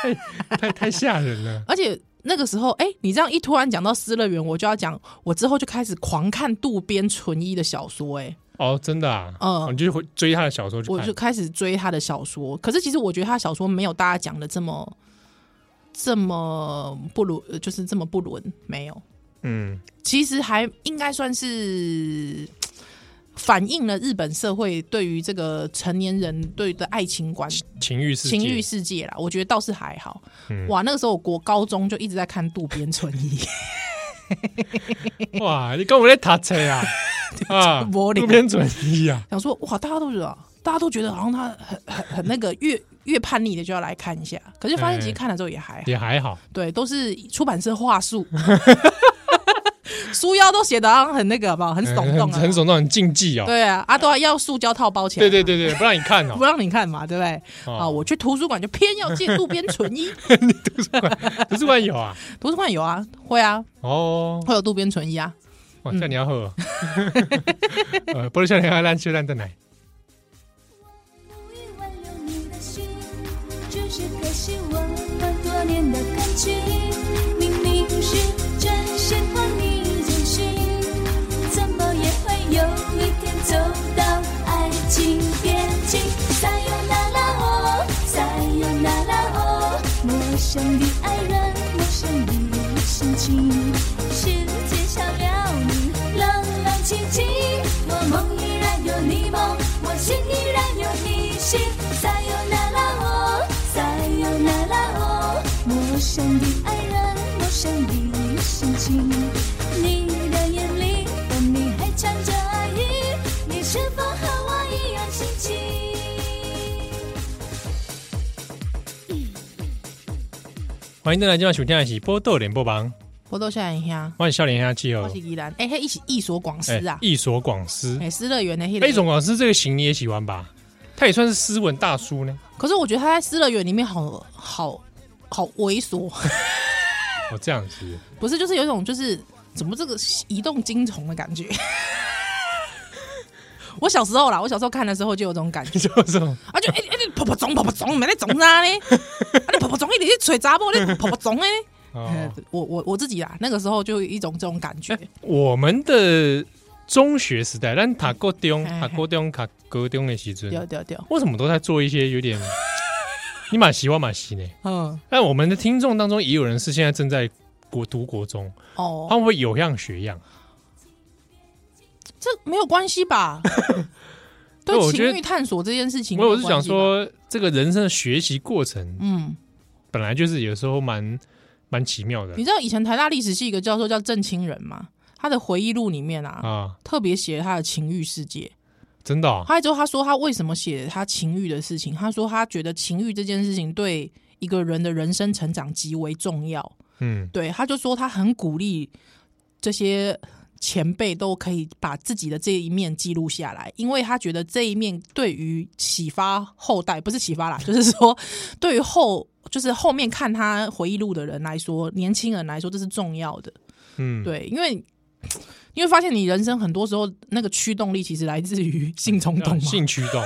太太太吓人了。而且那个时候，哎、你这样一突然讲到失乐园，我就要讲，我之后就开始狂看渡边淳一的小说、哎。哦，真的啊，嗯哦你就会追他的小说去我就看，开始追他的小说。可是其实我觉得他的小说没有大家讲的这么这么不伦，呃就是这么不伦，没有。嗯，其实还应该算是反映了日本社会对于这个成年人对的爱情观、情欲世界情欲世界啦。我觉得倒是还好。嗯哇，那个时候我国高中就一直在看渡边淳一， *laughs* 哇，你跟我在打车 *laughs* 啊啊，无聊渡边淳一啊， *laughs* 想说哇，大家都觉得，大家都觉得好像他很很很那个 *laughs* 越越叛逆的就要来看一下，可是发现其实嗯看了之后也还好。也还好，对，都是出版社话术， *laughs* 书腰都写的好像很那个，好不好？很嗯耸动很啊，很耸动，很禁忌哦。对啊，啊都要要塑胶套包起来，对对，对对，不让你看哦 *laughs* 不。让你看嘛，对不对？啊，我去图书馆就偏要借渡边淳 *laughs* 一，图书馆有啊。图书馆有啊，会啊，哦，会有渡边淳一啊。哇，这样你要喝哦。嗯 *laughs* 呃，不是笑脸要烂吃烂的奶。无意挽留你的心，只是可惜我们多年的感情，明明是真心换你真心，怎么也会有一天走到爱情边境。撒由那拉哦，撒由那拉哦，陌生的爱人，陌生的深情，世界少了你，冷冷清清，我梦依然有你梦。我心依然有你心，撒由那拉哦，撒由那拉哦，陌生的爱人，陌生的深情。你的眼里，分明还藏着爱意，你是否和我一样心情？欢迎大家今晚收听的是《波豆联播榜》，波多笑脸乡，欢迎笑脸下记啊我哦是，宜兰，哎、欸，一起一所广司哎啊，，一所广司，美思乐园的哎，那一种广司这个型你也喜欢吧？他也算是斯文大叔呢。可是我觉得他在失乐园里面好好好猥 *laughs* 琐，哦，这样 *laughs* 子，不是就是有一种就是怎么这个移动金虫的 *laughs* 感觉。我小时候啦，我小时候看的时候就有这种感觉，你叫什么？啊就哎哎、你跑跑总跑跑总，没在总啥呢？ *laughs* 啊你跑跑总一直去锤杂波，你跑跑总哎， *laughs* 哦，我我我自己啊啦，那个时候就有一种这种感觉，哎我们的中学时代，但塔高中、嘿嘿塔高中、塔高中的时对阵，对对，为什么都在做一些有点 *laughs* 你马喜我马喜呢？嗯但我们的听众当中也有人是现在正在国读国中，哦他，们会有样学样。啊这没有关系 *laughs* 吧？对我对觉得情欲探索这件事情，我我是想，说，这个人生的学习过程嗯，本来就是有时候蛮蛮奇妙的你知道以前台大历史系一个教授叫郑清仁吗？他的回忆录里面啊，啊，特别写了他的情欲世界。真的啊后来之后，他说他为什么写他情欲的事情？他说他觉得情欲这件事情对一个人的人生成长极为重要。嗯，对，他就说他很鼓励这些前辈都可以把自己的这一面记录下来，因为他觉得这一面对于启发后代，不是启发啦，就是说对于后，就是后面看他回忆录的人来说，年轻人来说这是重要的。嗯，对，因为。你会发现，你人生很多时候那个驱动力其实来自于性冲动啊嘛，性驱 *laughs* 动。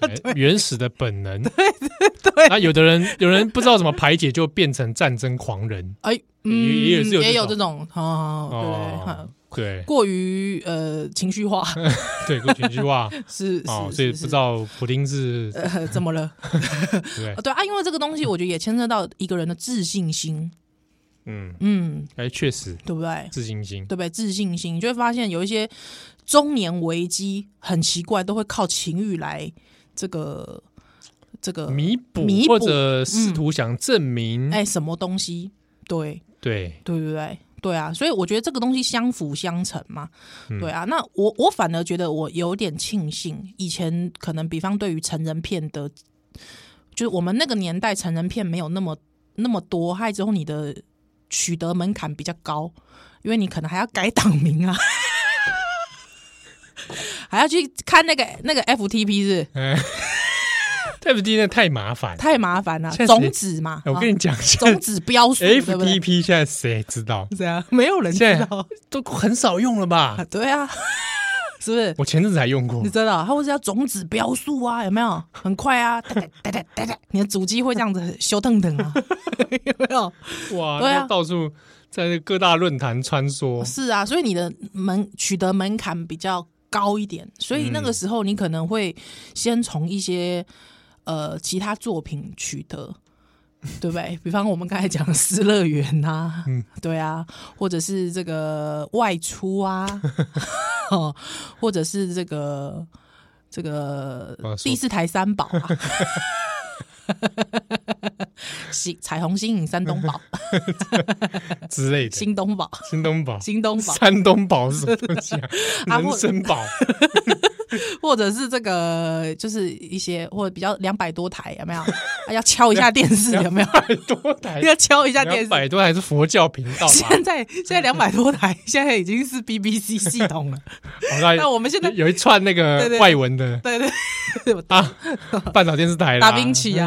哎原始的本能，对对对。那有的人，有人不知道怎么排解，就变成战争狂人。哎，也也嗯，是有这也有种这种哦，对，哦哈，对过于呃情绪化 *laughs* 对，过全句话是是哦，是所以是不知道普丁是呃怎么了？对呃，对啊，因为这个东西我觉得也牵涉到一个人的自信心，嗯，嗯，哎，确实对不对？自信心对不对？自信心，你就会发现有一些中年危机很奇怪，都会靠情欲来这个这个弥补呃弥，补或者试图想证明，哎什么东西？对，对，对对对对啊，所以我觉得这个东西相辅相成嘛，嗯对啊。那我我反而觉得我有点庆幸，以前可能比方对于成人片的，就是我们那个年代成人片没有那么那么多，还之后你的取得门槛比较高，因为你可能还要改档名啊。 *laughs* 还要去看那个那个 FTP 是哎，太不 D 那太麻烦。太麻烦了 *laughs* 确，实种子嘛，哎我跟啊你讲，现在种子标识对不对？ FTP 现在谁知道？这样没有人知啊现在道都很少用了啊 *laughs* 吧？，对啊，是不是？我前阵子才用过你，知道，它会是要种子标速啊，有没有？很快啊，哒哒哒哒哒哒，你的主机会这样子修腾腾啊，有没有？哇，对啊那到处在各大论坛穿梭，是啊，所以你的门取得门槛比较高一点，所以嗯那个时候你可能会先从一些呃其他作品取 *laughs* 得。对不对？比方我们刚才讲的《失乐园》呐，嗯对啊，或者是这个外 *laughs* 出啊，哦，或者是这个这个啊说第四台三宝 *laughs* 啊， *laughs* 喜彩虹新影山东 *laughs* 宝、之类的。新东宝、新东宝、新东宝，山东宝是什么东西 *laughs* 啊？啊人或参 *laughs* 宝，或者是这个就是一些或者比较两百多台有没 *laughs* 有？啊要敲一下电视有没有？百多台，要敲一下电两视。百多台是佛教频道吧？现在现在两百多台，现在已经是 BBC 系统 *laughs* 了。好那那我们现在有有一串那对个对外文 *laughs* 的对对对，我啊，半岛电视台啦，达芬奇啊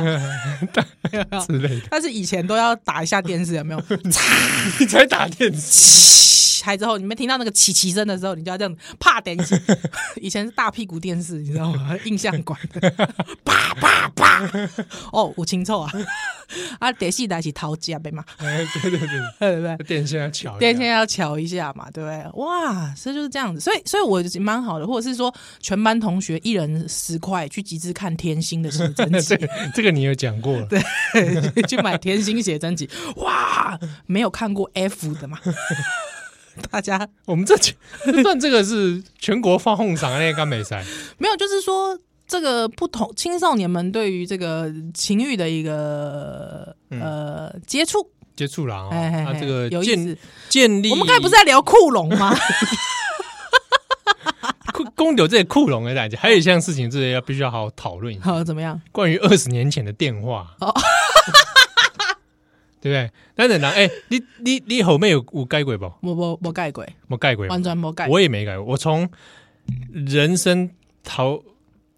*laughs* 之类的， *laughs* 但是以前都要打一下电视有没有？你才打电视。 *laughs* 嘘还之后，你们听到那个起起声的时候，你就要这样子啪等一下。 *laughs* 以前是大屁股电视，你知道吗？ *laughs* 印象馆的，啪啪 *laughs* 啪。哦，有清楚啊！ *laughs* 啊，得戏台是掏家呗嘛，哎 *laughs* 对对对， *laughs* 对不对？电线要巧，电线要瞧一下嘛，对不对？哇，所以就是这样子，所以所以我蛮好的，或者是说全班同学一人十块去集资看甜心的写真集 *laughs* 这，个这个你有讲过了， *laughs* 去买甜心写真集，哇，没有看过 F 的嘛， *laughs* 大家我们这期这段这个是全国放哄赏那个干美赛，没有，就是说这个不同青少年们对于这个情欲的一个呃接触，接触了啊，哎哎嗯啊哎这个有意建思。建立，我们刚才不是在聊库龙吗？ *laughs* 库公有这些库龙的感觉，还有一项事情，这个要必须要好好讨论一下，好，怎么样？关于二十年前的电话。 *laughs* 对不对？但是人哎、你你你后面有有改过不？我我我盖过，没改过吗，完全没盖。我也没改过。我从人生淘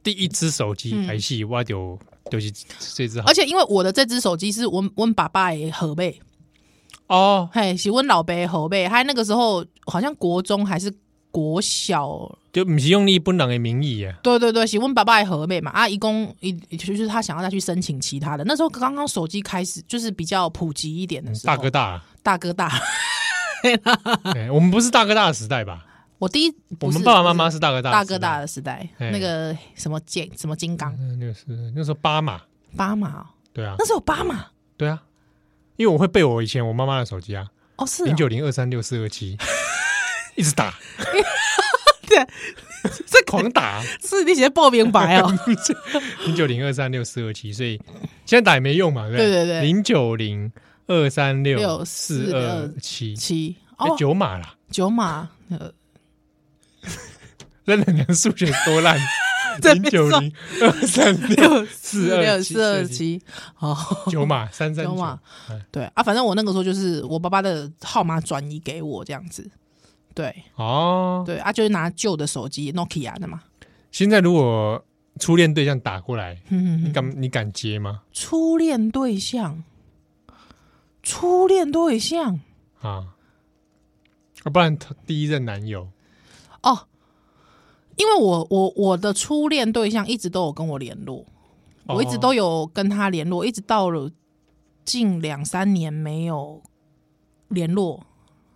第一只手嗯机开始，我就就是这只好，而且因为我的这只手机是我我爸爸的后辈，啊哦，嘿，是我老爸的后辈，他那个时候好像国中还是国小就不是用你本人的名义啊。对对对，是问爸爸的河妹嘛，啊，一共一就是他想要再去申请其他的。那时候刚刚手机开始就是比较普及一点的时嗯候，大哥 *laughs* 大、大哥大，哎我们不是大哥大的时代吧？我第一我不是们爸爸妈妈是大哥大的大时哥代大的时代，哎那个什么金什么金刚嗯，那个是那时候八码，巴马哦，对啊，那时候有巴马对啊，因为我会背我以前我妈妈的手机啊，哦，是零哦九零二三六四二 *laughs* 七，一直打， *laughs* 这狂打， *laughs* 是你写报名牌哦，零九零二三六四二七，所以现在打也没用嘛，对不对对对零九零二三六四二七，七哎哦九码啦，九马呃那两个数学多 *laughs* 烂，这零边九算零二三 *laughs* *laughs* 六四二六四二七哦。九码三三九九码哎对啊，反正我那个时候就是我爸爸的号码转移给我这样子，对哦，对啊，就是拿旧的手机 Nokia 的嘛。现在如果初恋对象打过来，嗯，你敢你敢接吗？初恋对象，初恋对象啊，啊不然他第一任男友哦，因为我我我的初恋对象一直都有跟我联络，哦我一直都有跟他联络，一直到了近两三年没有联络，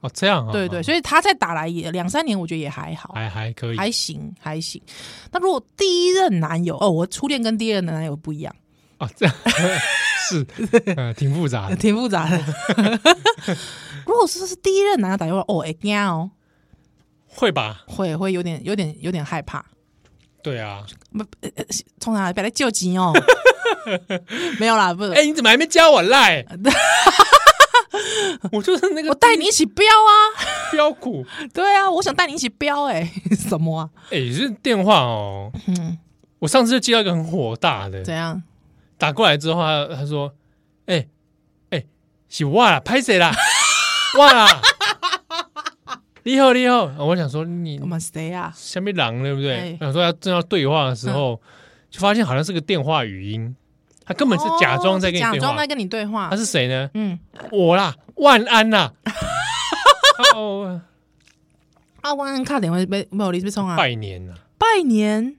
哦这样啊，对对，所以他再打来也两三年，我觉得也还好，还还可以，还行还行。那如果第一任男友哦，我初恋跟第一任男友不一样，啊，这样 *laughs* 是，呃，挺复杂的 *laughs* 挺复杂的。如果说是第一任男友打电话，哦，哎呀哦，会吧？会会有点有点有点害怕，对啊，冲上来别来救急哦。 *laughs* 没有啦，不是，哎、你怎么还没加我 *laughs* 赖？我就是那个我带你一起飙啊！标股， *laughs* 对啊，我想带你一起飙哎、 *laughs* 什么啊？哎、这电话哦，嗯，我上次就接到一个很火大的怎，样？打过来之后他，他说，哎、哎、是我啦，拍谁啦？ *laughs* 哇啦！你好，你好，哦我想说你我们谁啊？下面狼对不对？哎嗯我想说要正要对话的时候，就发现好像是个电话语音，他根本是假装在跟你哦假对装话在。跟你对话他。是谁呢？嗯，我啦，万安啦。哦，啊，万安卡点会被没有李志聪啊？拜年呐、啊，拜年，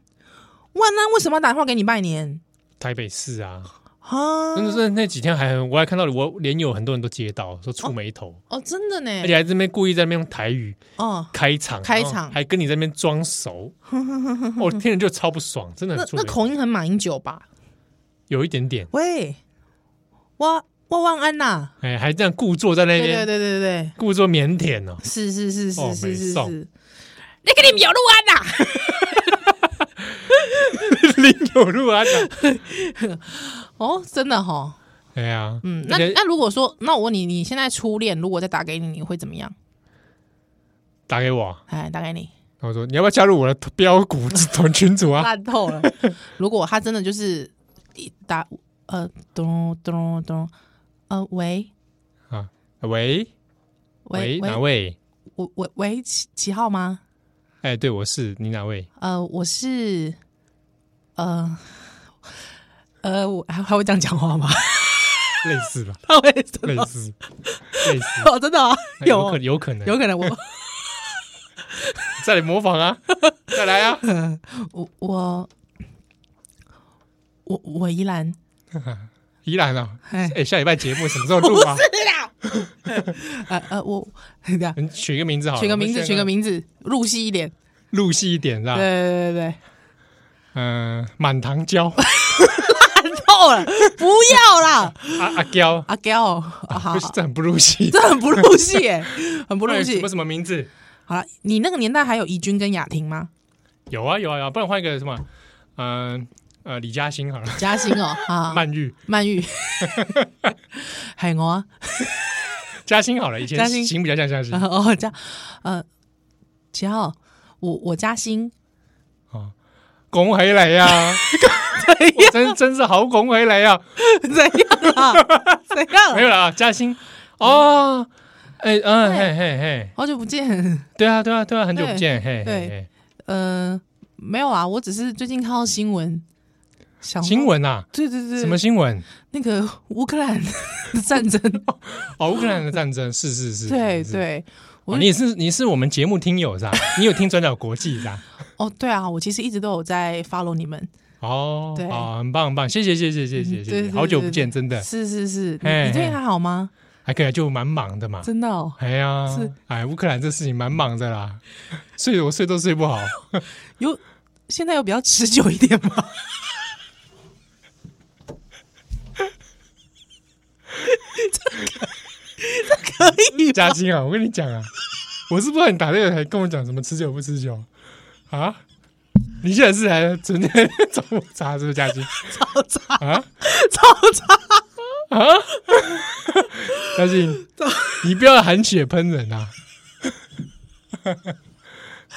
万安为什么要打电话给你拜年？台北市啊，啊，真的是那几天还很，我还看到我连友很多人都接到说触眉头，哦，真的而呢且，还这边故意在那边用台语哦，开场，开然后场还跟你在那边装 *laughs* 熟，我听着就超不爽，真的那很触那眉口音很马英九吧？有一点点，喂，我我万安呐、哎，还这样故作在那对对边对对对。故作腼腆 *laughs* 哦， *laughs* 是是是哦是没是是送是，那个你们有路安呐、林有路啊，哦，真的哈。哎呀，嗯嗯，，那那如果说，那我问你，你现在初恋如果再打给你，你会怎么样？打给我，哎，打给你，然后说你要不要加入我的标股团群组啊？烂透了。 *laughs* 如果他真的就是一打呃咚咚咚呃喂啊，喂喂，喂哪喂位？我喂喂几几号吗？哎，对，我是你哪位？呃，我是呃呃，我还还会这样讲话吗？ *laughs* 类似吧，他会真类的似，类似，哦，真的啊，哎有可哦有可能，有可能我 *laughs* 再来模仿 *laughs* 啊，再来啊，我我我我依然依然啊，哎哎，下礼拜节目什么时候 *laughs* 录啊？呃呃我 *laughs* 对啊，你取一个名字好了，取个名字，取个字，名字，入戏一点，啊入戏一点是吧对？对对 *laughs* 对，嗯，满堂 *laughs* 娇，看透了， *laughs* 不要 *laughs* 啦，阿阿娇，阿娇，哦好不，是这很不入戏， *laughs* 这很不入戏 *laughs* 耶，很不不入什戏么。什么名字？好了，你那个年代还有怡君跟雅婷吗？有啊有啊有啊，不然换一个什么？嗯呃，李嘉欣好了，*laughs* 嘉欣哦，啊，曼玉，*laughs* 曼玉，还有我啊，嘉欣好了，以前嘉欣行比较像嘉欣 *laughs* 哦嘉，呃，乔，我我嘉 *laughs* 欣，啊，拱回 *laughs* 来呀，我真真是好拱回来呀。 *laughs* 怎样啊？怎样？没有啦，嘉欣哦，哎嗯嘿嘿嘿，好久不见。 *laughs* 对啊对啊对啊，很久不见，嘿对嘿呃，没有啊，我只是最近看到新闻，想嘿，说新，闻啊，对对对，什么新闻？那个乌克兰的战争，哦，乌克兰的战争，是是是， *laughs* 对是。对，我哦你也是你是我们节目听友是吧？ *laughs* 你有听转角国际是吧？哦对啊，我其实一直都有在 follow 你们，哦，对嗯哦，很棒很棒，谢谢谢谢谢谢对谢对谢，对好久不见，真的是是是，你嘿你最嘿近还好吗？还可以啊，就蛮忙的嘛。真的哦，哎呀是，哎，乌克兰这事情蛮忙的啦，睡我睡都睡不好。有现在有比较持久一点吗？ *laughs* 这可这可 *laughs* 以嘉欣啊，我跟你讲啊，我是不知道你打这个还跟我讲什么持久不持久啊？你现在是还存在找我茬是不是嘉欣吵杂啊？吵杂， *laughs* 嘉欣，你不要含血喷人啊！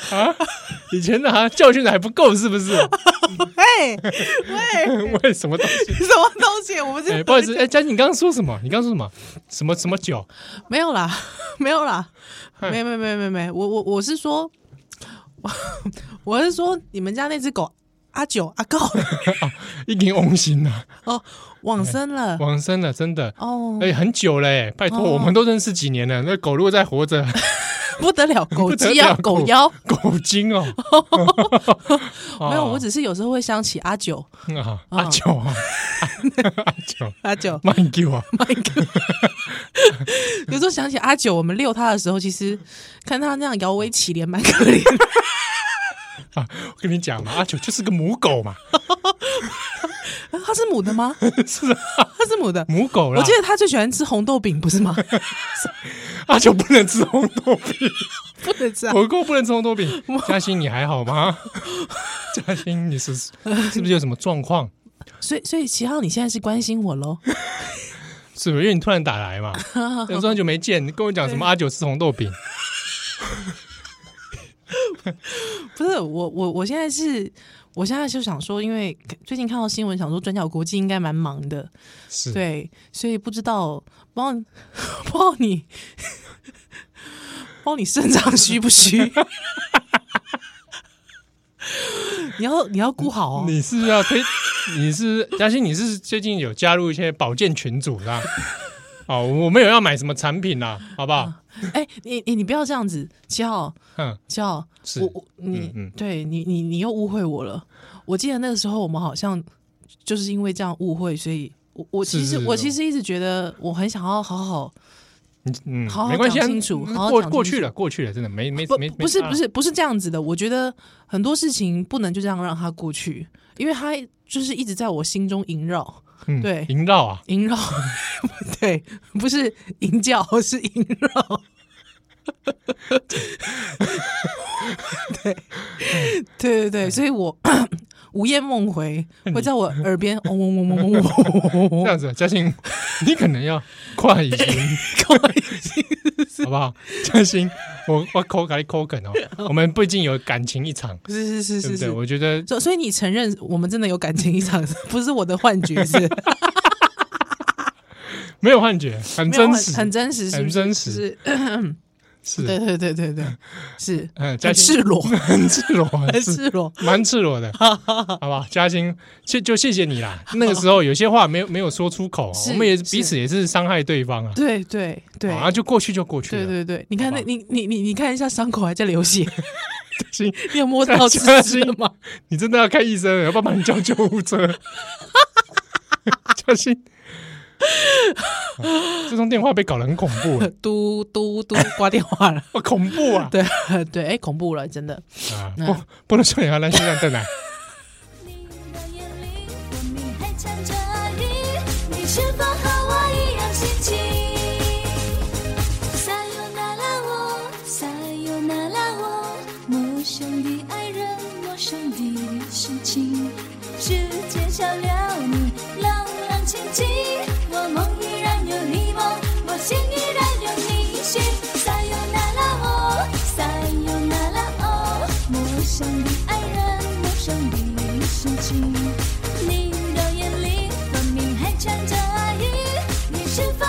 啊，以前的啊教训的还不够是不是？ *laughs* 喂喂，为什么东西？什么东西？我们 *laughs* 哎、这不好意思，哎、嘉欣，你刚刚说什么？你刚刚说什么？什么什么酒？没有啦，没有啦，嗯没没没没没，我我我是说， *laughs* 我我是说你们家那只狗阿九阿狗已经翁心了，哦往生了往生了，真的。哦哎、，很久了、哎，拜托，哦我们都认识几年了。那狗如果再活 *laughs* 着，不得 *laughs* 了，狗不得急啊了狗狗腰，狗精哦， *laughs* 没有，我只是有时候会想起阿九只啊啊阿九啊， *laughs* 阿九，阿九。慢救啊， My God！有时候想起阿九，我们遛他的时候，其实看他那样摇尾乞怜，蛮可怜的。 *laughs* 啊，我跟你讲嘛，阿九就是个母狗嘛， *laughs* 啊他是母的吗？是啊，他是母的。母狗啦。我记得他最喜欢吃红豆饼，不 *laughs* 是吗？阿九不能吃红豆饼，不能吃啊！狗狗不能吃红豆 *laughs* 饼。嘉欣，你还好吗？嘉欣，你是是不是有什么状况？所以，所以齐浩，你现在是关心我喽？是不是因为你突然打来嘛？我说很久没见，你跟我讲什么阿九吃红豆饼？ *laughs* 不是我，我我现在是，我现在就想说，因为最近看到新闻，想说转角国际应该蛮忙的，是，对，所以不知道，不知道， *laughs* 不知道你， *laughs* 不知道你肾脏虚不虚？ *laughs* 你要你要顾好哦，你是不是要推？ *laughs* 你是嘉欣，你是最近有加入一些保健群组 *laughs* 啦？哦，我们有要买什么产品啦，好不好？哎、你你你不要这样子，七号嗯，七号，是我我你、嗯嗯对你你你又误会我了。我记得那个时候我们好像就是因为这样误会，所以我我其是实是我是其实一直觉得我很想要好好你嗯好好，没关系啊，讲清楚好好过讲过清去楚了，过去了，真的没没不没没啊不是差不是不是这样子的，我觉得很多事情不能就这样让它过去，因为它就是一直在我心中萦绕，嗯对萦绕啊，萦绕， *laughs* 对，不是萦教，是萦绕。 *laughs* 对对对对，所以我午夜梦回会在我耳边嗡嗡嗡嗡嗡嗡嗡嗡这样嗡，子，嘉 *laughs* 欣，你可能要跨已经，好不好？嘉欣，我我口给你口梗 *laughs* 哦，我们毕竟有感情一场，是对是是不是对？是。我觉得所所以你承认我们真的有感情一场，不是我的幻觉， *laughs* 是？没有幻觉，很没有真很实，很真实，是不是很真实是，对是，对对 *laughs* 对对，是，嗯，嘉很欣 *laughs* 赤裸，很赤裸，很很赤赤裸，蛮赤裸 *laughs* 的，好不好？嘉欣，谢就谢谢你啦。那个时候有些话没有没有说出口，是我们也是彼此也是伤害对方啊。对对对好啊，就过去就过去对了。对对，你看好那，吧你你你你看一下伤口还在流 *laughs* 血，欣，你有摸到嘉芝芝欣了吗？ *laughs* 你真的要看医生了，要不要帮你叫救护车？嘉欣，啊这通电话被搞得很恐怖， *laughs* 嘟嘟嘟，挂电话了。 *laughs* 好恐怖啊！对对，哎，恐怖了，真的。啊，嗯不不能说你要来西藏在哪？你的眼里，我们还藏着雨，你是否和我一样心情？撒由那拉我，撒由那拉我，陌生的爱人，陌生的事情，世界照料你，浪浪清清，我梦依然有你梦，我心依然有你心，撒由那拉我，撒由那拉哦，陌生的爱人，陌生的事情，你的眼里分明还掺着雨，你。是。是